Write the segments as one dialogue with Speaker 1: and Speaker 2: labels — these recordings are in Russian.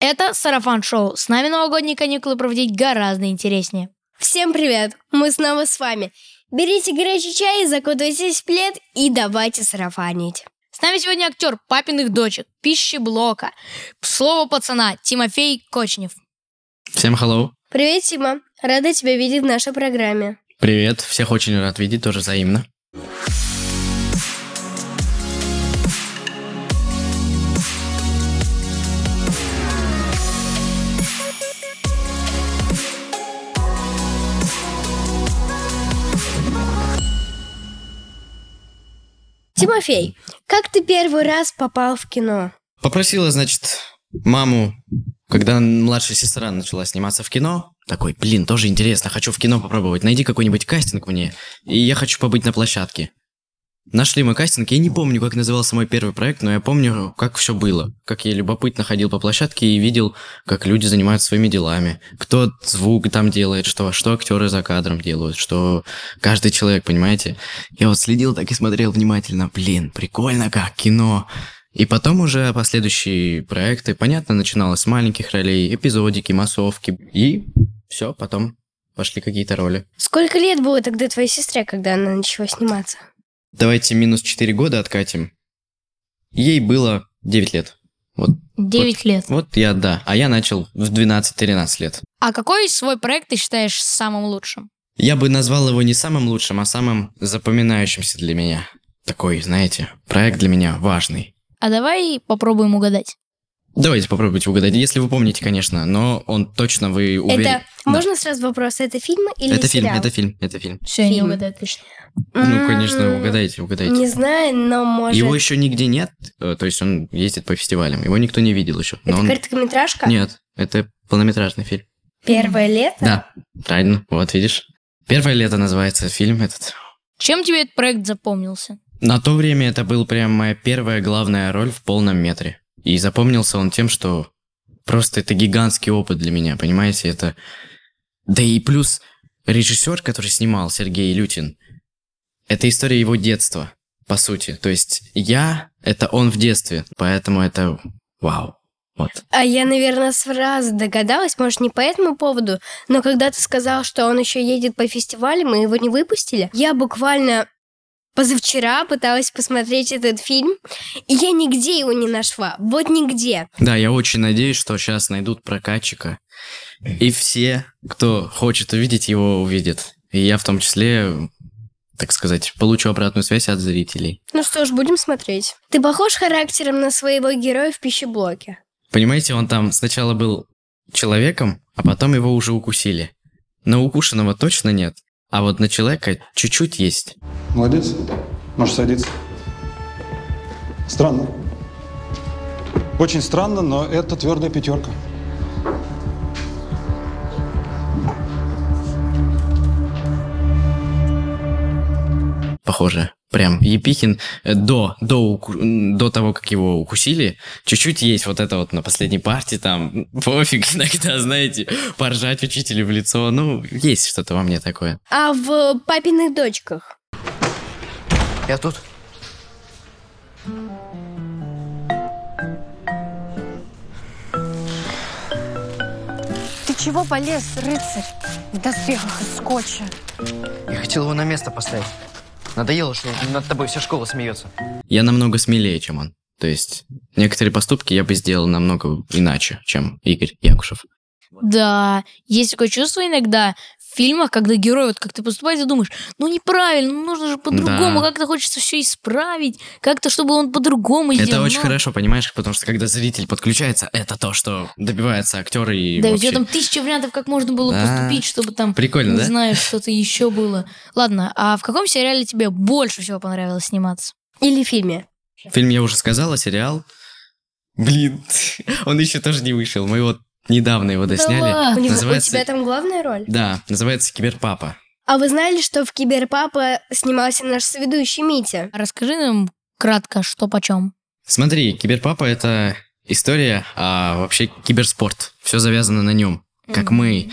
Speaker 1: Это сарафан-шоу. С нами новогодние каникулы проводить гораздо интереснее.
Speaker 2: Всем привет! Мы снова с вами. Берите горячий чай, закутывайтесь в плед и давайте сарафанить.
Speaker 1: С нами сегодня актер папиных дочек, пищеблока, слово пацана Тимофей Кочнев.
Speaker 3: Всем hello.
Speaker 2: Привет, Тима. Рада тебя видеть в нашей программе.
Speaker 3: Привет. Всех очень рад видеть, тоже взаимно.
Speaker 2: Тимофей, как ты первый раз попал в кино?
Speaker 3: Попросила, значит, маму, когда младшая сестра начала сниматься в кино, такой, блин, тоже интересно, хочу в кино попробовать, найди какой-нибудь кастинг мне, и я хочу побыть на площадке. Нашли мы кастинг, я не помню, как назывался мой первый проект, но я помню, как все было, как я любопытно ходил по площадке и видел, как люди занимаются своими делами, кто звук там делает, что, что актеры за кадром делают, что каждый человек, понимаете? Я вот следил так и смотрел внимательно, блин, прикольно как, кино. И потом уже последующие проекты, понятно, начиналось с маленьких ролей, эпизодики, массовки, и все, потом пошли какие-то роли.
Speaker 2: Сколько лет было тогда твоей сестре, когда она начала сниматься?
Speaker 3: Давайте минус 4 года откатим. Ей было 9 лет. Вот,
Speaker 1: 9 лет.
Speaker 3: вот я, да. А я начал в 12-13 лет.
Speaker 1: А какой свой проект ты считаешь самым лучшим?
Speaker 3: Я бы назвал его не самым лучшим, а самым запоминающимся для меня. Такой, знаете, проект для меня важный.
Speaker 1: А давай попробуем угадать.
Speaker 3: Давайте попробуйте угадать, если вы помните, конечно, но он точно вы уверен.
Speaker 2: Это можно сразу вопрос? Это фильм или
Speaker 3: это фильм,
Speaker 2: сериал?
Speaker 3: это фильм, это фильм.
Speaker 1: Все,
Speaker 2: Фильм.
Speaker 1: отлично.
Speaker 3: Ну,
Speaker 2: М, М-м,
Speaker 3: конечно, угадайте, угадайте.
Speaker 2: Не знаю, но может.
Speaker 3: Его еще нигде нет, э, то есть он ездит по фестивалям. Его никто не видел еще.
Speaker 2: Это
Speaker 3: Но он...
Speaker 2: короткометражка?
Speaker 3: Нет, это полнометражный фильм.
Speaker 2: Первое лето?
Speaker 3: Да, правильно, вот видишь. Первое лето называется фильм этот.
Speaker 1: Чем тебе этот проект запомнился?
Speaker 3: На то время это был прям моя первая главная роль в полном метре. И запомнился он тем, что просто это гигантский опыт для меня, понимаете, это... Да и плюс режиссер, который снимал, Сергей Лютин, это история его детства, по сути. То есть я — это он в детстве, поэтому это вау. Вот.
Speaker 2: А я, наверное, сразу догадалась, может, не по этому поводу, но когда ты сказал, что он еще едет по фестивалям и его не выпустили, я буквально позавчера пыталась посмотреть этот фильм, и я нигде его не нашла. Вот нигде.
Speaker 3: Да, я очень надеюсь, что сейчас найдут прокатчика. И все, кто хочет увидеть его, увидят. И я в том числе, так сказать, получу обратную связь от зрителей.
Speaker 2: Ну что ж, будем смотреть. Ты похож характером на своего героя в пищеблоке?
Speaker 3: Понимаете, он там сначала был человеком, а потом его уже укусили. На укушенного точно нет, а вот на человека чуть-чуть есть.
Speaker 4: Молодец. Можешь садиться. Странно. Очень странно, но это твердая пятерка.
Speaker 3: Похоже, прям Епихин э, до, до, уку- м, до того, как его укусили, чуть-чуть есть вот это вот на последней партии, там, пофиг иногда, знаете, поржать учителю в лицо, ну, есть что-то во мне такое.
Speaker 2: А в «Папиных дочках»?
Speaker 5: Я тут.
Speaker 6: Ты чего полез, рыцарь, в доспехах из скотча?
Speaker 5: Я хотел его на место поставить. Надоело, что над тобой вся школа смеется.
Speaker 3: Я намного смелее, чем он. То есть, некоторые поступки я бы сделал намного иначе, чем Игорь Якушев.
Speaker 1: Да, есть такое чувство иногда в фильмах, когда герой, вот как ты поступаешь, ты думаешь, ну неправильно, ну нужно же по-другому,
Speaker 3: Да.
Speaker 1: как-то хочется все исправить, как-то, чтобы он по-другому сделал. Ну,
Speaker 3: Это очень
Speaker 1: но-
Speaker 3: хорошо, понимаешь, потому что когда зритель подключается, это то, что добивается актер и
Speaker 1: Да, у
Speaker 3: вообще.
Speaker 1: тебя там тысяча вариантов, как можно было
Speaker 3: Да.
Speaker 1: поступить, чтобы там,
Speaker 3: Прикольно,
Speaker 1: не
Speaker 3: да?
Speaker 1: знаю, что-то еще было. Ладно, а в каком сериале тебе больше всего понравилось сниматься?
Speaker 2: Или в фильме?
Speaker 3: Фильм я уже сказал, а сериал... Блин, он еще тоже не вышел. Мы вот недавно его досняли.
Speaker 1: ладно.
Speaker 2: У, него- у
Speaker 3: называется-
Speaker 2: тебя там главная роль?
Speaker 3: Да, называется Киберпапа.
Speaker 2: А вы знали, что в «Киберпапа» снимался наш соведущий Митя?
Speaker 1: Расскажи нам кратко, что почем.
Speaker 3: Смотри, Киберпапа — это история, а вообще киберспорт. Все завязано на нем. Как мы...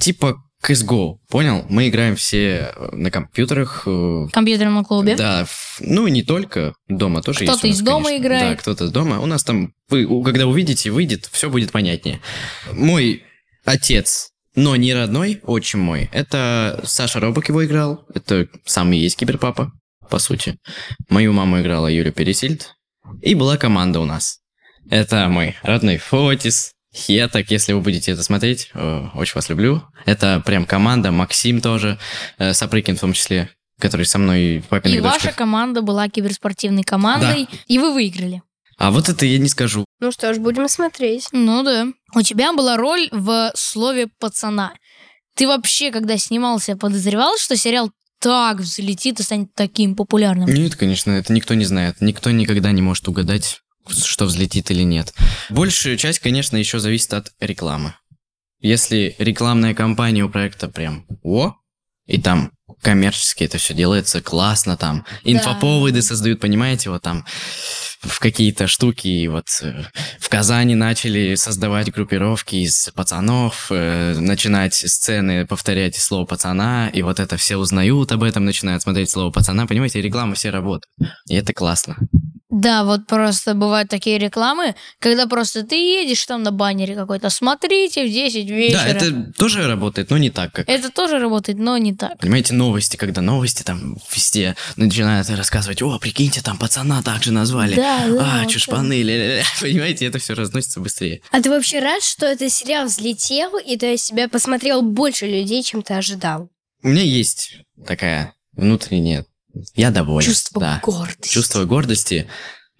Speaker 3: Типа CSGO, понял? Мы играем все э, на компьютерах. э,
Speaker 1: В компьютерном клубе.
Speaker 3: Да, в- ну и не только, дома тоже есть.
Speaker 1: Кто-то
Speaker 3: у нас,
Speaker 1: из дома
Speaker 3: конечно.
Speaker 1: играет.
Speaker 3: Да, кто-то из дома. У нас там, вы у- когда увидите, выйдет, все будет понятнее. Мой отец, но не родной, отчим мой, это Саша Робок его играл, это сам и есть киберпапа, по сути. Мою маму играла Юля Пересильд, и была команда у нас. Это мой родной Фотис, я так, если вы будете это смотреть, э, очень вас люблю. Это прям команда, Максим тоже, э, Сапрыкин в том числе, который со мной в папиных
Speaker 1: И
Speaker 3: дочках.
Speaker 1: ваша команда была киберспортивной командой, и вы выиграли.
Speaker 3: А вот это я не скажу.
Speaker 2: Ну что ж, будем смотреть.
Speaker 1: Ну да. У тебя была роль в слове пацана. Ты вообще, когда снимался, подозревал, что сериал так взлетит и станет таким популярным?
Speaker 3: Нет, конечно, это никто не знает. Никто никогда не может угадать, что взлетит или нет. Большая часть, конечно, еще зависит от рекламы. Если рекламная кампания у проекта прям о, и там коммерчески это все делается классно, там инфоповоды создают, понимаете, вот там в какие-то штуки, и вот э, в Казани начали создавать группировки из пацанов, э, начинать сцены, повторять слово пацана, и вот это все узнают об этом, начинают смотреть слово пацана, понимаете, и реклама все работает. И это классно.
Speaker 1: Да, вот просто бывают такие рекламы, когда просто ты едешь там на баннере какой-то, смотрите в 10 вечера.
Speaker 3: Да, это тоже работает, но не так, как
Speaker 1: Это тоже работает, но не так.
Speaker 3: Понимаете, новости, когда новости там везде начинают рассказывать, о, прикиньте, там пацана так же назвали.
Speaker 1: Да, да,
Speaker 3: а,
Speaker 1: вот
Speaker 3: чушпаны, ля-ля-ля». Понимаете, это все разносится быстрее.
Speaker 2: А ты вообще рад, что этот сериал взлетел, и то есть тебя посмотрел больше людей, чем ты ожидал?
Speaker 3: У меня есть такая внутренняя... Я доволен.
Speaker 1: Чувство
Speaker 3: да.
Speaker 1: гордости.
Speaker 3: Чувство гордости.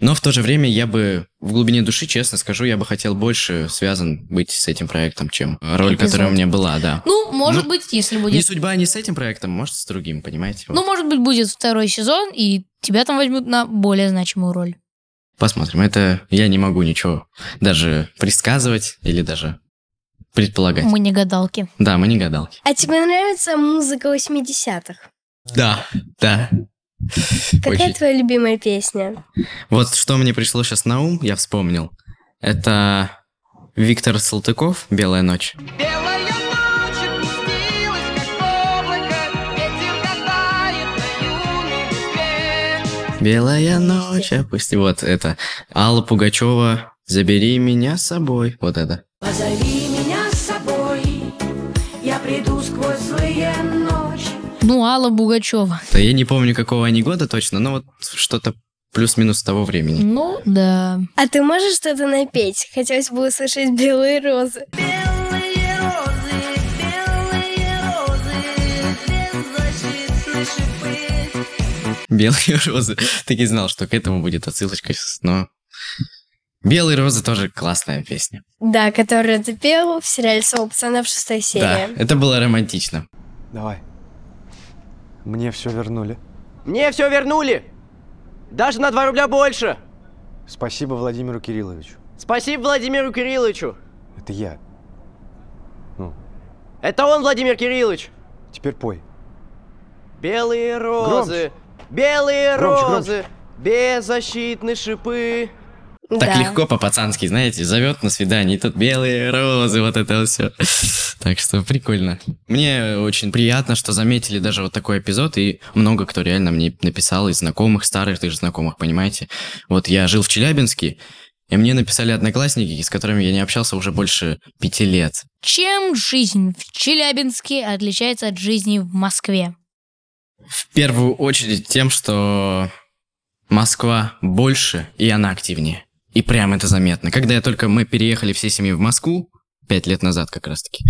Speaker 3: Но в то же время я бы в глубине души, честно скажу, я бы хотел больше связан быть с этим проектом, чем роль,
Speaker 1: Эпизод.
Speaker 3: которая у меня была, да.
Speaker 1: Ну, может
Speaker 3: Ну,
Speaker 1: быть, если
Speaker 3: Не
Speaker 1: будет.
Speaker 3: судьба не с этим проектом, может, с другим, понимаете? Вот.
Speaker 1: Ну, может быть, будет второй сезон, и тебя там возьмут на более значимую роль.
Speaker 3: Посмотрим. Это я не могу ничего даже предсказывать или даже предполагать.
Speaker 1: Мы не гадалки.
Speaker 3: Да, мы не гадалки.
Speaker 2: А тебе нравится музыка 80-х?
Speaker 3: Да, да.
Speaker 2: Какая
Speaker 3: Очень.
Speaker 2: твоя любимая песня?
Speaker 3: Вот что мне пришло сейчас на ум, я вспомнил. Это Виктор Салтыков «Белая ночь».
Speaker 7: Белая ночь отпустилась, как облако, ветер катает на юной листве.
Speaker 3: «Белая ночь», опусти. Вот это. Алла Пугачева «Забери меня с собой». Вот это.
Speaker 8: Позови меня с собой, я приду сквозь злые ночи.
Speaker 1: Ну, Алла Бугачева.
Speaker 3: Да я не помню, какого они года точно, но вот что-то плюс-минус того времени.
Speaker 1: Ну, да.
Speaker 2: А ты можешь что-то напеть? Хотелось бы услышать белые розы.
Speaker 7: Белые розы, белые розы, беззащитны шипы.
Speaker 3: «Белые розы». Так и знал, что к этому будет отсылочка сейчас, но... «Белые розы» тоже классная песня.
Speaker 2: Да, которую ты пел в сериале «Слово пацана» в шестой
Speaker 3: Да,
Speaker 2: серии.
Speaker 3: это было романтично.
Speaker 9: Давай. Мне все вернули.
Speaker 10: Мне все вернули. Даже на 2 рубля больше.
Speaker 9: Спасибо Владимиру Кирилловичу.
Speaker 10: Спасибо Владимиру Кирилловичу.
Speaker 9: Это я.
Speaker 10: Это он, Владимир Кириллович.
Speaker 9: Теперь пой.
Speaker 10: Белые розы. Белые
Speaker 9: Громче,
Speaker 10: розы. Беззащитны шипы.
Speaker 2: Да.
Speaker 3: Так легко по-пацански, знаете, зовет на свидание, и тут белые розы, вот это все. Так что прикольно. Мне очень приятно, что заметили даже вот такой эпизод, и много кто реально мне написал, из знакомых, старых, ты же знакомых, понимаете. Вот я жил в Челябинске, и мне написали одноклассники, с которыми я не общался уже больше пяти лет.
Speaker 1: Чем жизнь в Челябинске отличается от жизни в Москве?
Speaker 3: В первую очередь тем, что Москва больше, и она активнее. И прям это заметно. Когда я только мы переехали всей семьей в Москву, пять лет назад как раз-таки.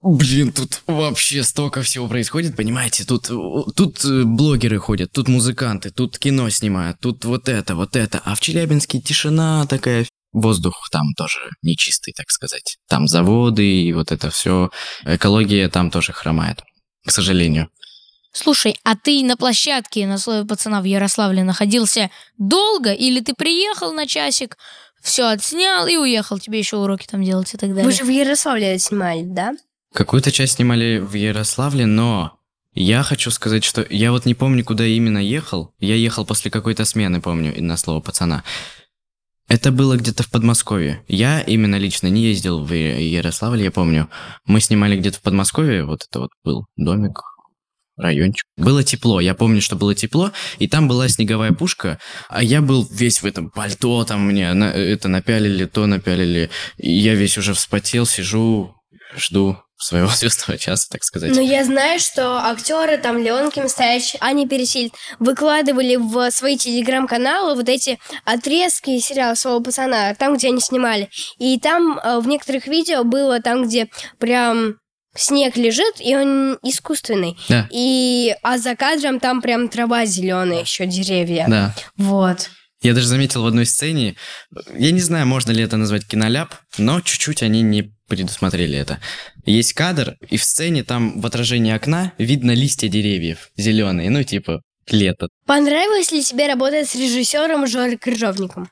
Speaker 3: Блин, тут вообще столько всего происходит, понимаете? Тут, э, тут э, блогеры ходят, тут музыканты, тут кино снимают, тут вот это, вот это. А в Челябинске тишина такая. Воздух там тоже нечистый, так сказать. Там заводы и вот это все. Экология там тоже хромает, к сожалению.
Speaker 1: Слушай, а ты на площадке на слове пацана в Ярославле находился долго? Или ты приехал на часик, все отснял и уехал? Тебе еще уроки там делать и так далее.
Speaker 2: Вы же в Ярославле снимали, да?
Speaker 3: Какую-то часть снимали в Ярославле, но я хочу сказать, что я вот не помню, куда я именно ехал. Я ехал после какой-то смены, помню, и на слово пацана. Это было где-то в Подмосковье. Я именно лично не ездил в Ярославль, я помню. Мы снимали где-то в Подмосковье, вот это вот был домик, райончик. Было тепло, я помню, что было тепло, и там была снеговая пушка, а я был весь в этом пальто, там мне на- это напялили, то напялили, и я весь уже вспотел, сижу, жду своего звездного часа, так сказать.
Speaker 2: Но я знаю, что актеры, там, Леон Кимсаевич, Аня Пересильд, выкладывали в свои телеграм-каналы вот эти отрезки из сериала «Слово пацана», там, где они снимали. И там э, в некоторых видео было там, где прям снег лежит, и он искусственный.
Speaker 3: Да.
Speaker 2: И, а за кадром там прям трава зеленая, еще деревья.
Speaker 3: Да.
Speaker 2: Вот.
Speaker 3: Я даже заметил в одной сцене, я не знаю, можно ли это назвать киноляп, но чуть-чуть они не предусмотрели это. Есть кадр, и в сцене там в отражении окна видно листья деревьев зеленые, ну типа лето.
Speaker 2: Понравилось ли тебе работать с режиссером Жорой Крыжовником?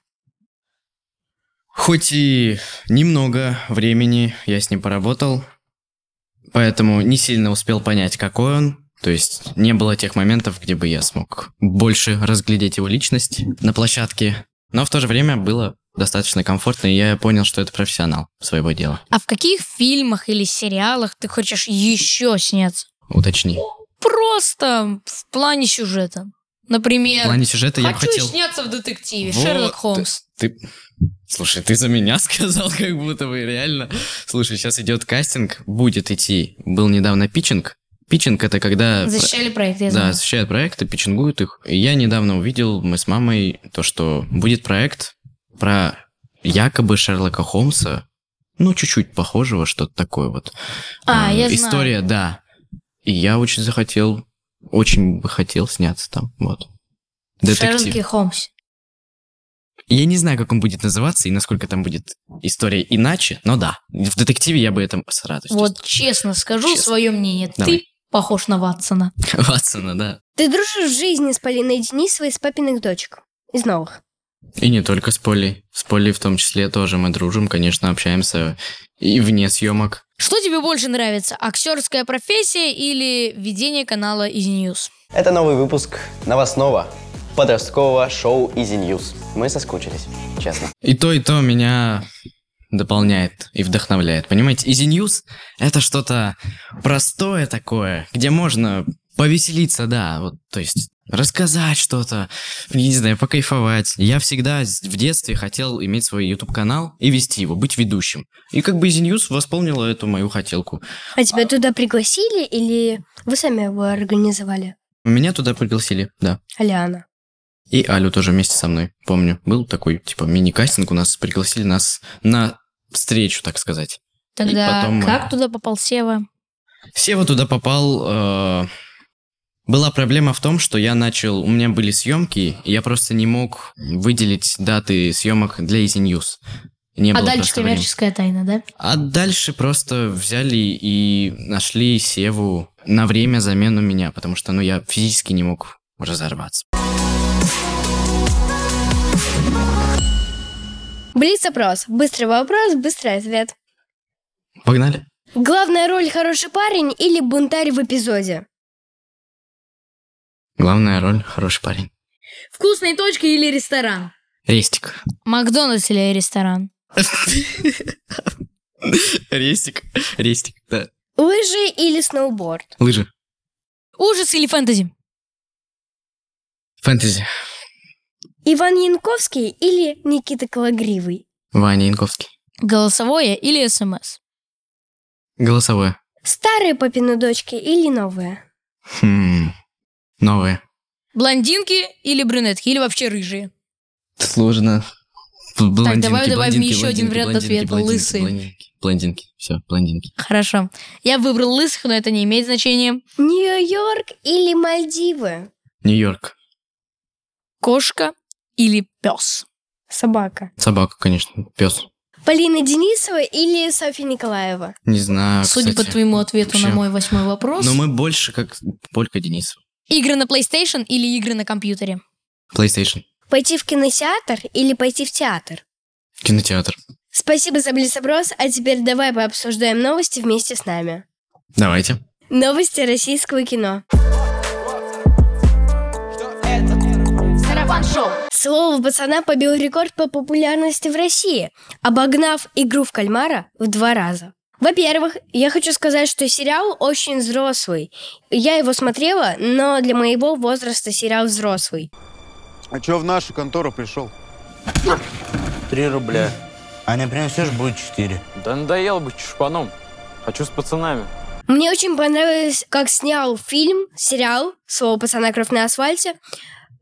Speaker 3: Хоть и немного времени я с ним поработал, поэтому не сильно успел понять, какой он. То есть не было тех моментов, где бы я смог больше разглядеть его личность на площадке. Но в то же время было достаточно комфортно, и я понял, что это профессионал своего дела.
Speaker 1: А в каких фильмах или сериалах ты хочешь еще сняться?
Speaker 3: Уточни.
Speaker 1: Просто в плане сюжета.
Speaker 3: В
Speaker 1: Например,
Speaker 3: плане сюжета я бы
Speaker 1: хочу
Speaker 3: хотел...
Speaker 1: сняться в детективе.
Speaker 3: Вот
Speaker 1: Шерлок Холмс.
Speaker 3: Ты... Слушай, ты за меня сказал, как будто бы реально. Слушай, сейчас идет кастинг, будет идти. Был недавно питчинг. Питчинг это когда... Э, про-
Speaker 1: Защищали проект, я
Speaker 3: Да,
Speaker 1: знаю.
Speaker 3: защищают проекты, пичингуют их. И я недавно увидел, мы с мамой, то, что будет проект про якобы Шерлока Холмса, ну, чуть-чуть похожего, что-то такое вот.
Speaker 1: А,
Speaker 3: Э,
Speaker 1: я знаю.
Speaker 3: История, да. И я очень захотел, очень бы хотел сняться там, вот.
Speaker 1: В
Speaker 3: Детектив.
Speaker 1: Шерлоке Холмсе.
Speaker 3: Я не знаю, как он будет называться и насколько там будет история иначе, но да, в детективе я бы этом с радостью.
Speaker 1: Вот честно скажу
Speaker 3: Честно.
Speaker 1: свое мнение.
Speaker 3: Давай.
Speaker 1: Ты похож на Ватсона.
Speaker 3: Ватсона, да.
Speaker 2: Ты дружишь в жизни с Полиной Денисовой и с папиных дочек? Из новых.
Speaker 3: И не только с Полей. С Полей в том числе тоже мы дружим, конечно, общаемся и вне съемок.
Speaker 1: Что тебе больше нравится? Актерская профессия или ведение канала из Ньюс?
Speaker 11: Это новый выпуск новостного подросткового шоу Easy News. Мы соскучились, честно.
Speaker 3: И то, и то меня дополняет и вдохновляет. Понимаете, Easy News — это что-то простое такое, где можно повеселиться, да, вот, то есть рассказать что-то, не знаю, покайфовать. Я всегда с- в детстве хотел иметь свой YouTube-канал и вести его, быть ведущим. И как бы Easy News восполнила эту мою хотелку.
Speaker 2: А тебя туда пригласили или вы сами его организовали,
Speaker 3: Меня туда пригласили, да.
Speaker 2: Алиана?
Speaker 3: И Алю тоже вместе со мной, помню. Был такой, типа, мини-кастинг у нас, пригласили нас на встречу, так сказать. И
Speaker 1: Тогда
Speaker 3: потом мы-
Speaker 1: как туда попал Сева?
Speaker 3: Сева туда попал... э, была проблема в том, что я начал... У меня были съемки, и я просто не мог выделить даты съемок для Easy News. Не
Speaker 1: а
Speaker 3: было
Speaker 1: дальше
Speaker 3: просто времени.
Speaker 1: коммерческая тайна, да?
Speaker 3: А дальше просто взяли и нашли Севу на время замену меня, потому что, ну, я физически не мог разорваться.
Speaker 2: Блиц-опрос. Быстрый вопрос, быстрый ответ.
Speaker 3: Погнали.
Speaker 2: Главная роль «Хороший парень» или «Бунтарь» в эпизоде?
Speaker 3: Главная роль — хороший парень.
Speaker 1: Вкусные точки или ресторан?
Speaker 3: Рестик.
Speaker 1: Макдональдс или ресторан?
Speaker 3: Рестик. Рестик, да.
Speaker 2: Лыжи или сноуборд?
Speaker 3: Лыжи.
Speaker 1: Ужас или фэнтези?
Speaker 3: Фэнтези.
Speaker 2: Иван Янковский или Никита Кологривый?
Speaker 3: Ваня Янковский.
Speaker 1: Голосовое или эм СМС?
Speaker 3: Голосовое.
Speaker 2: Старые папины дочки или новые?
Speaker 3: Хм. Новое.
Speaker 1: Блондинки или брюнетки? Или вообще рыжие?
Speaker 3: Сложно.
Speaker 1: Так, давай, давай мне еще один вариант ответа. Лысые.
Speaker 3: Блондинки, блондинки. Все, блондинки.
Speaker 1: Хорошо. Я выбрал лысых, но это не имеет значения.
Speaker 2: Нью-Йорк или Мальдивы?
Speaker 3: Нью-Йорк.
Speaker 1: Кошка или пес?
Speaker 2: Собака.
Speaker 3: Собака, конечно. Пес.
Speaker 2: Полина Денисова или Софья Николаева?
Speaker 3: Не знаю,
Speaker 1: Судя по
Speaker 3: А, кстати.
Speaker 1: твоему ответу на
Speaker 3: вообще.
Speaker 1: мой восьмой вопрос.
Speaker 3: Но мы больше как Полька Денисов.
Speaker 1: Игры на PlayStation или игры на компьютере?
Speaker 3: PlayStation.
Speaker 2: Пойти в кинотеатр или пойти в театр?
Speaker 3: Кинотеатр.
Speaker 2: Спасибо за блиц-опрос, а теперь давай пообсуждаем новости вместе с нами.
Speaker 3: Давайте.
Speaker 2: Новости российского кино.
Speaker 7: Сарафан шоу.
Speaker 2: Слово пацана побил рекорд по популярности в России, обогнав игру в кальмара в два раза. Во-первых, я хочу сказать, что сериал очень взрослый. Я его смотрела, но для моего возраста сериал взрослый.
Speaker 12: А чё в нашу контору пришел?
Speaker 13: Три рубля. А не принесешь, будет четыре. Да надоело быть чушпаном. Хочу с пацанами.
Speaker 2: Мне очень понравилось, как снял фильм, сериал «Слово пацана кровь на асфальте»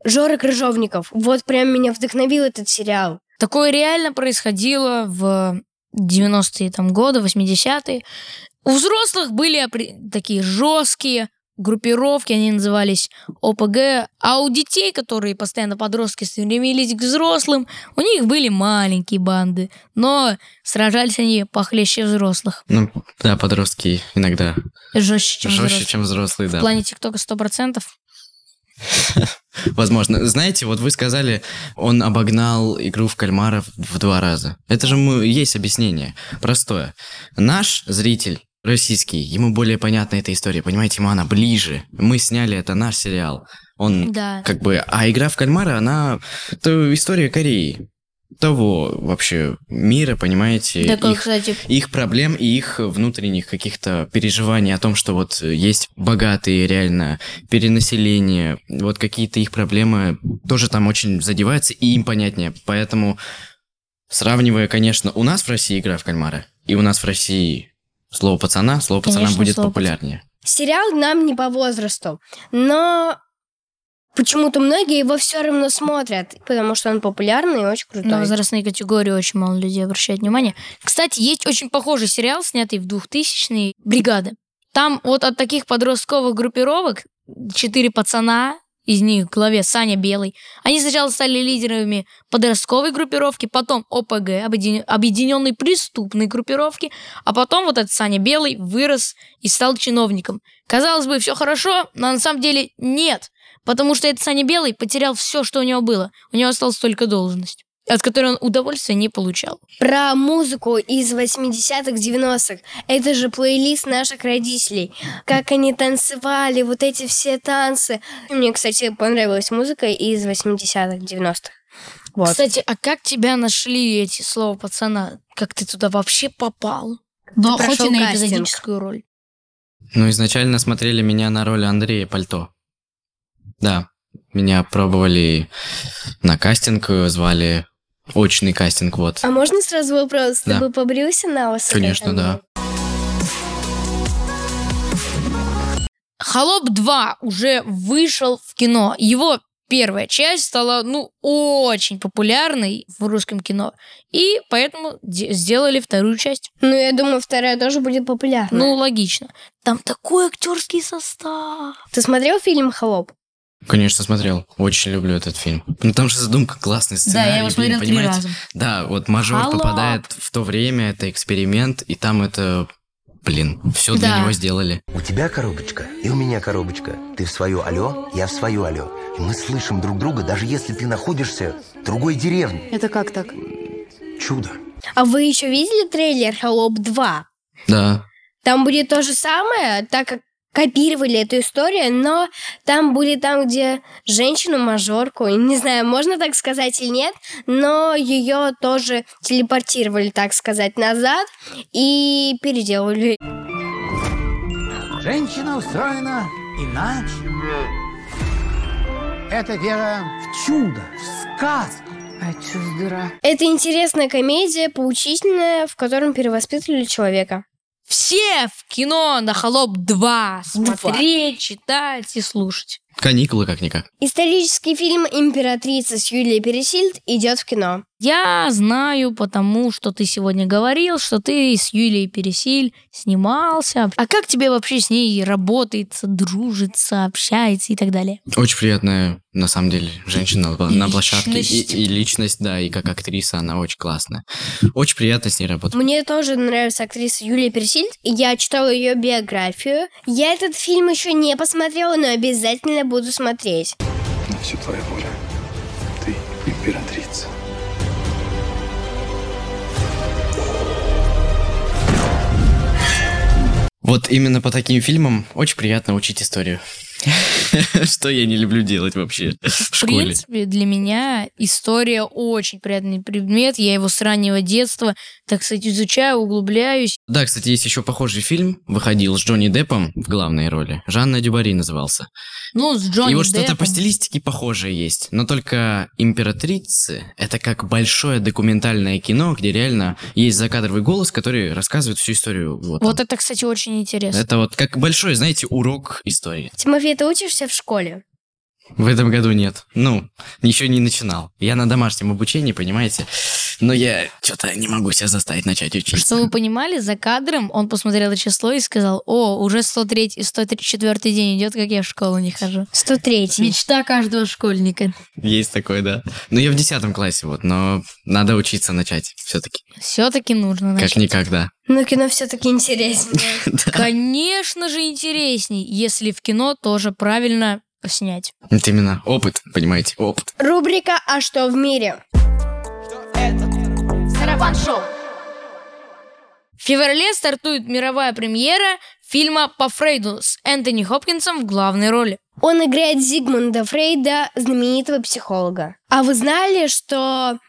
Speaker 2: Жора Крыжовников. Вот прям меня вдохновил этот сериал.
Speaker 1: Такое реально происходило в 90-е там, годы, 80-е. У взрослых были опре- такие жесткие группировки, они назывались ОПГ, а у детей, которые постоянно подростки стремились к взрослым, у них были маленькие банды, но сражались они похлеще взрослых.
Speaker 3: Ну, да, подростки иногда
Speaker 1: Жестче,
Speaker 3: жестче,
Speaker 1: чем взрослые.
Speaker 3: чем взрослые, да.
Speaker 1: В плане ТикТока 100%.
Speaker 3: Возможно. Знаете, вот вы сказали, он обогнал игру в кальмаров в два раза. Это же мы- есть объяснение. Простое. Наш зритель российский, ему более понятна эта история, понимаете, ему она ближе. Мы сняли, это наш сериал. Он
Speaker 1: Да.
Speaker 3: как бы... А игра в кальмара, она... Это история Кореи. Того вообще мира, понимаете,
Speaker 1: Так, а,
Speaker 3: их-
Speaker 1: кстати,
Speaker 3: их проблем и их внутренних каких-то переживаний о том, что вот есть богатые реально перенаселение, вот какие-то их проблемы тоже там очень задеваются и им понятнее. Поэтому сравнивая, конечно, у нас в России игра в кальмара и у нас в России слово пацана, слово пацана
Speaker 2: Конечно,
Speaker 3: будет
Speaker 2: слово
Speaker 3: популярнее.
Speaker 2: Сериал нам не по возрасту, но почему-то многие его все равно смотрят, потому что он популярный и очень крутой.
Speaker 1: На Ну, возрастные категории очень мало людей обращает внимание. Кстати, есть очень похожий сериал, снятый в 2000-е «Бригада». Там вот от таких подростковых группировок четыре пацана, из них в главе Саня Белый, они сначала стали лидерами подростковой группировки, потом ОПГ, объедин- объединенной преступной группировки, а потом вот этот Саня Белый вырос и стал чиновником. Казалось бы, все хорошо, но на самом деле нет, потому что этот Саня Белый потерял все, что у него было. У него осталась только должность от которой он удовольствия не получал.
Speaker 2: Про музыку из 80-х, 90-х. Это же плейлист наших родителей. Как они танцевали, вот эти все танцы. Мне, кстати, понравилась музыка из 80-х, 90-х. Вот.
Speaker 1: Кстати, а как тебя нашли эти слова пацана? Как ты туда вообще попал?
Speaker 2: Да,
Speaker 1: Ты
Speaker 2: Ну, хоть
Speaker 1: прошел
Speaker 2: и на
Speaker 1: кастинг.
Speaker 2: эпизодическую
Speaker 1: роль.
Speaker 3: Ну, изначально смотрели меня на роль Андрея Пальто. Да, меня пробовали на кастинг, э, звали очный кастинг, вот.
Speaker 2: А можно сразу вопрос? Ты
Speaker 3: Да.
Speaker 2: бы побрился на вас?
Speaker 3: Конечно, да.
Speaker 1: Холоп 2 уже вышел в кино. Его первая часть стала, ну, очень популярной в русском кино. И поэтому де- сделали вторую часть.
Speaker 2: Ну, я думаю, вторая тоже будет популярна.
Speaker 1: Ну, логично. Там такой актерский состав.
Speaker 2: Ты смотрел фильм «Холоп»?
Speaker 3: Конечно, смотрел. Очень люблю этот фильм. Ну там же задумка классная, сценарий.
Speaker 1: я его
Speaker 3: блин,
Speaker 1: смотрел три
Speaker 3: понимаете?
Speaker 1: раза.
Speaker 3: Да, вот мажор
Speaker 1: Холоп.
Speaker 3: попадает в то время, это эксперимент, и там это, блин, все для
Speaker 1: Да.
Speaker 3: него сделали.
Speaker 14: У тебя коробочка, и у меня коробочка. Ты в свое алло, я в свое алло. И мы слышим друг друга, даже если ты находишься в другой деревне.
Speaker 2: Это как так?
Speaker 14: Чудо.
Speaker 2: А вы еще видели трейлер «Холоп 2»?
Speaker 3: Да.
Speaker 2: Там будет то же самое, так как копировали эту историю, но там будет там, где женщину-мажорку, не знаю, можно так сказать или нет, но ее тоже телепортировали, так сказать, назад и переделали.
Speaker 15: Женщина устроена иначе. Это вера в чудо, в сказку. А чё с дыра?
Speaker 2: Это интересная комедия, поучительная, в котором перевоспитывали человека.
Speaker 1: Все в кино на Холоп 2 смотреть, читать и слушать.
Speaker 3: Каникулы как-никак.
Speaker 2: Исторический фильм «Императрица» с Юлией Пересильд идет в кино.
Speaker 1: Я знаю, потому что ты сегодня говорил, что ты с Юлией Пересиль снимался. А как тебе вообще с ней работается, дружится, общается и так далее?
Speaker 3: Очень приятная, на самом деле, женщина на- на
Speaker 1: И
Speaker 3: площадке. И,
Speaker 1: личность.
Speaker 3: и личность, да, и как актриса она очень классная. Очень приятно с ней работать.
Speaker 2: Мне тоже нравится актриса Юлия Пересильд. Я читала ее биографию. Я этот фильм еще не посмотрела, но обязательно буду смотреть.
Speaker 16: На все твоя воля. Ты императрица.
Speaker 3: Вот именно по таким фильмам очень приятно учить историю. Что я не люблю делать вообще в
Speaker 1: В
Speaker 3: школе.
Speaker 1: принципе, для меня история очень приятный предмет. Я его с раннего детства, так сказать, изучаю, углубляюсь.
Speaker 3: Да, кстати, есть еще похожий фильм, выходил с Джонни Деппом в главной роли. Жанна Дюбари назывался.
Speaker 1: Ну, с Джонни
Speaker 3: и вот что-то
Speaker 1: Деппом.
Speaker 3: по стилистике похожее есть. Но только «Императрицы» — это как большое документальное кино, где реально есть закадровый голос, который рассказывает всю историю. Вот.
Speaker 1: Вот это, кстати, очень интересно.
Speaker 3: Это вот как большой, знаете, урок истории.
Speaker 2: Тимофей, ты учишься в школе?
Speaker 3: В этом году нет. Ну, еще не начинал. Я на домашнем обучении, понимаете? Но я что-то не могу себя заставить начать учиться.
Speaker 1: Чтобы вы понимали, за кадром он посмотрел это число и сказал, о, уже 103 и 104 день идет, как я в школу не хожу.
Speaker 2: 103
Speaker 1: Мечта каждого школьника.
Speaker 3: Есть такое, да. Но я в 10 классе, вот, но надо учиться начать все-таки.
Speaker 1: Все-таки нужно
Speaker 3: Как
Speaker 1: начать.
Speaker 3: никогда.
Speaker 2: Но кино все-таки интереснее.
Speaker 1: Конечно же интересней, если в кино тоже правильно снять.
Speaker 3: Это именно опыт, понимаете, опыт.
Speaker 2: Рубрика «А что в мире?»
Speaker 1: шоу. В феврале стартует мировая премьера фильма по Фрейду с Энтони Хопкинсом в главной роли.
Speaker 2: Он играет Зигмунда Фрейда, знаменитого психолога. А вы знали, что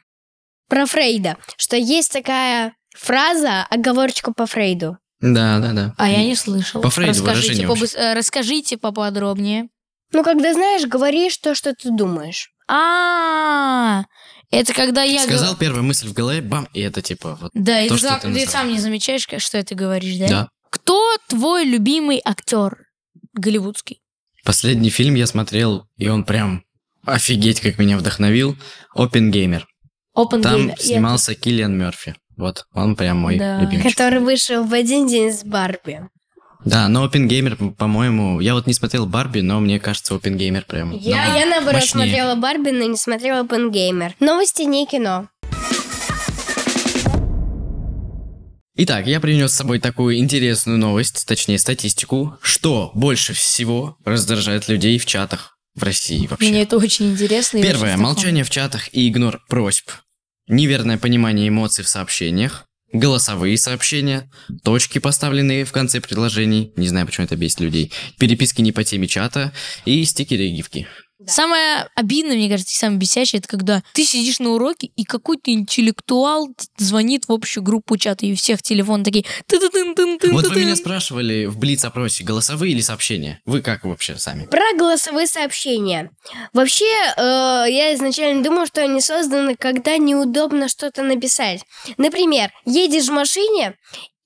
Speaker 2: про Фрейда, что есть такая фраза, оговорочка по Фрейду?
Speaker 3: Да, да, да.
Speaker 1: А я не слышал.
Speaker 3: По Фрейду
Speaker 1: расскажите,
Speaker 3: выражение
Speaker 1: побыс- э, расскажите поподробнее.
Speaker 2: Ну, когда знаешь, говоришь то, что ты думаешь.
Speaker 1: А, это когда я... го-
Speaker 3: Сказал первую мысль в голове, бам, и это типа вот
Speaker 1: Да, и
Speaker 3: то,
Speaker 1: ты,
Speaker 3: что
Speaker 1: сам,
Speaker 3: ты
Speaker 1: ты
Speaker 3: назвал.
Speaker 1: сам не замечаешь, как- что это говоришь, да?
Speaker 3: Да.
Speaker 1: Кто твой любимый актер голливудский?
Speaker 3: Последний фильм я смотрел, и он прям офигеть, как меня вдохновил. Опенгеймер. Там
Speaker 2: Опенгеймер. Я-
Speaker 3: снимался Киллиан Мерфи. Вот, он прям мой
Speaker 2: Да.
Speaker 3: любимый.
Speaker 2: Который вышел в один день с Барби.
Speaker 3: Да, но Опенгеймер, м, по-моему, я вот не смотрел Барби, но мне кажется, Опенгеймер прям.
Speaker 2: Я,
Speaker 3: намного
Speaker 2: я наоборот,
Speaker 3: мощнее.
Speaker 2: смотрела Барби, но не смотрела Опенгеймер. Новости не кино.
Speaker 3: Итак, я принес с собой такую интересную новость, точнее статистику, что больше всего раздражает людей в чатах в России вообще.
Speaker 1: Мне это очень интересно. и я
Speaker 3: Первое.
Speaker 1: щас таком.
Speaker 3: Молчание в чатах и игнор просьб. Неверное понимание эмоций в сообщениях. Голосовые сообщения, точки, поставленные в конце предложений, не знаю, почему это бесит людей, переписки не по теме чата и стикеры и гифки.
Speaker 1: Самое обидное, мне кажется, и самое бесящее, это когда ты сидишь на уроке, и какой-то интеллектуал звонит в общую группу чата, и у всех телефон такие... «Ты-ты-тын-тын-тын-тын-тын».
Speaker 3: Вот вы меня спрашивали в Блиц-опросе, голосовые или сообщения? Вы как вообще сами?
Speaker 2: Про голосовые сообщения. Вообще, э, я изначально думала, что они созданы, когда неудобно что-то написать. Например, едешь в машине,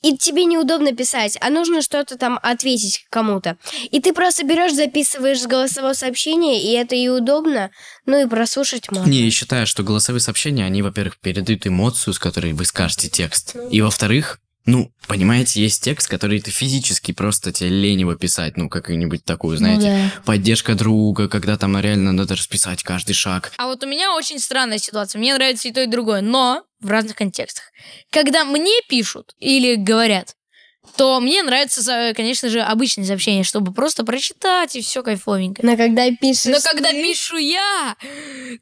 Speaker 2: и тебе неудобно писать, а нужно что-то там ответить кому-то. И ты просто берешь, записываешь с голосового сообщения, и это и удобно, ну и прослушать можно.
Speaker 3: Не, я считаю, что голосовые сообщения, они, во-первых, передают эмоцию, с которой вы скажете текст. И, во-вторых, ну, понимаете, есть текст, который ты физически просто тебе лень его писать, ну, какую-нибудь такую, знаете,
Speaker 1: да.
Speaker 3: поддержка друга, когда там реально надо расписать каждый шаг.
Speaker 1: А вот у меня очень странная ситуация. Мне нравится и то, и другое, но в разных контекстах. Когда мне пишут или говорят, то мне нравится, за- конечно же, обычное сообщение, чтобы просто прочитать, и все кайфовенько.
Speaker 2: Но когда пишешь...
Speaker 1: Но когда
Speaker 2: ты-
Speaker 1: пишу я,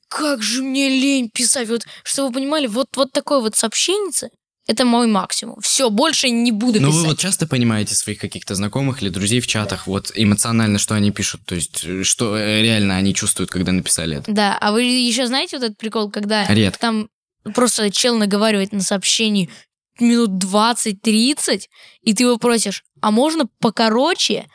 Speaker 1: как же мне лень писать. Вот, чтобы вы понимали, вот, вот такое вот сообщение, это мой максимум. Все, больше не буду
Speaker 3: Ну, вы
Speaker 1: писать.
Speaker 3: вот часто понимаете своих каких-то знакомых или друзей в чатах, вот эмоционально, что они пишут, то есть, э, что э, реально они чувствуют, когда написали это.
Speaker 1: Да, а вы еще знаете вот этот прикол, когда
Speaker 3: Редко.
Speaker 1: там просто чел наговаривает на сообщении минут 20-30, и ты его просишь, а можно покороче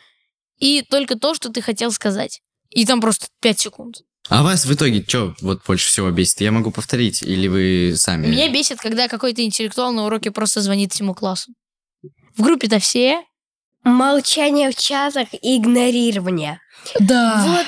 Speaker 1: и только то, что ты хотел сказать. И там просто 5 секунд.
Speaker 3: А вас в итоге что вот больше всего бесит? Я могу повторить, или вы сами?
Speaker 1: Меня бесит, когда какой-то интеллектуал на уроке просто звонит всему классу. В группе-то все.
Speaker 2: Молчание в чатах и игнорирование.
Speaker 1: Да.
Speaker 2: Вот.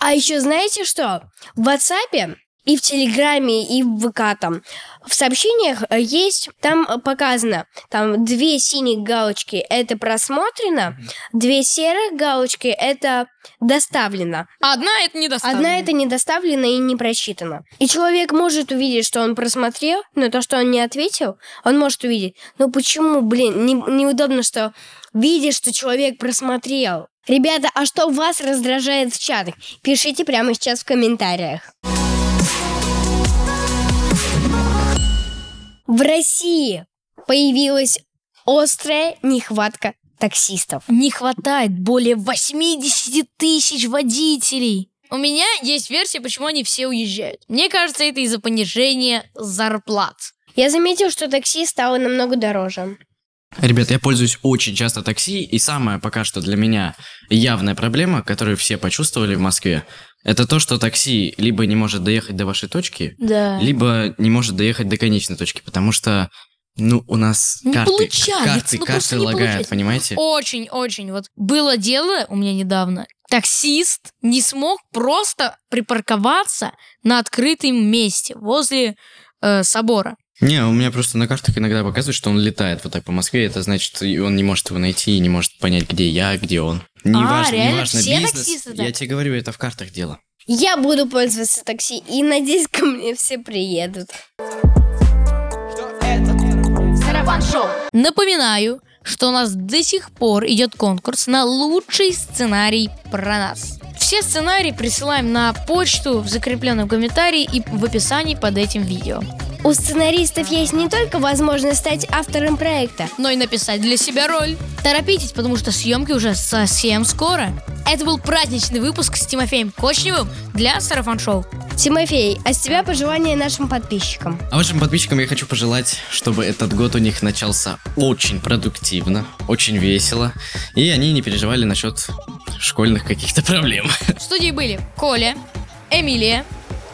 Speaker 2: А еще знаете что? В WhatsApp и в Телеграме, и в ВК там. В сообщениях э, есть, там э, показано, там две синие галочки – это просмотрено, две серых галочки – это доставлено.
Speaker 1: Одна – это не доставлено.
Speaker 2: Одна – это не доставлено и не прочитано. И человек может увидеть, что он просмотрел, но то, что он не ответил, он может увидеть. Но почему, блин, не- неудобно, что видишь, что человек просмотрел? Ребята, а что вас раздражает в чатах? Пишите прямо сейчас в комментариях. В России появилась острая нехватка таксистов.
Speaker 1: Не хватает более 80 тысяч водителей. У меня есть версия, почему они все уезжают. Мне кажется, это из-за понижения зарплат.
Speaker 2: Я заметил, что такси стало намного дороже.
Speaker 3: Ребят, я пользуюсь очень часто такси, и самая пока что для меня явная проблема, которую все почувствовали в Москве, это то, что такси либо не может доехать до вашей точки,
Speaker 1: Да.
Speaker 3: либо не может доехать до конечной точки, потому что, ну, у нас
Speaker 1: Не
Speaker 3: карты,
Speaker 1: получается,
Speaker 3: карты,
Speaker 1: ну, просто
Speaker 3: карты
Speaker 1: не
Speaker 3: лагают,
Speaker 1: получается.
Speaker 3: понимаете?
Speaker 1: Очень, очень. Вот было дело у меня недавно. Таксист не смог просто припарковаться на открытом месте возле э, собора.
Speaker 3: Не, у меня просто на картах иногда показывают, что он летает вот так по Москве, это значит, и он не может его найти и не может понять, где я, где он. Не
Speaker 2: А,
Speaker 3: важно, не
Speaker 2: реально,
Speaker 3: важно,
Speaker 2: все
Speaker 3: бизнес,
Speaker 2: таксисты так?
Speaker 3: я тебе говорю, это в картах дело.
Speaker 2: Я буду пользоваться такси и надеюсь, ко мне все приедут.
Speaker 1: Напоминаю, что у нас до сих пор идет конкурс на лучший сценарий про нас. Все сценарии присылаем на почту в закрепленном комментарии и в описании под этим видео.
Speaker 2: У сценаристов есть не только возможность стать автором проекта,
Speaker 1: но Ну и написать для себя роль. Торопитесь, потому что съемки уже совсем скоро. Это был праздничный выпуск с Тимофеем Кочневым для Сарафан Шоу.
Speaker 2: Тимофей, а с тебя пожелания нашим подписчикам.
Speaker 3: А вашим подписчикам я хочу пожелать, чтобы этот год у них начался очень продуктивно, очень весело, и они не переживали насчет школьных каких-то проблем.
Speaker 1: В студии были Коля, Эмилия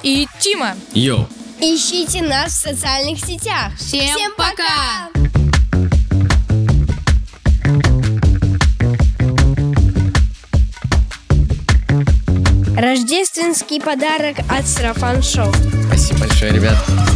Speaker 1: и Тима.
Speaker 3: Йоу!
Speaker 2: Ищите нас в социальных сетях.
Speaker 1: Всем, пока!
Speaker 2: Рождественский подарок от Сарафан Шоу.
Speaker 3: Спасибо большое, ребят.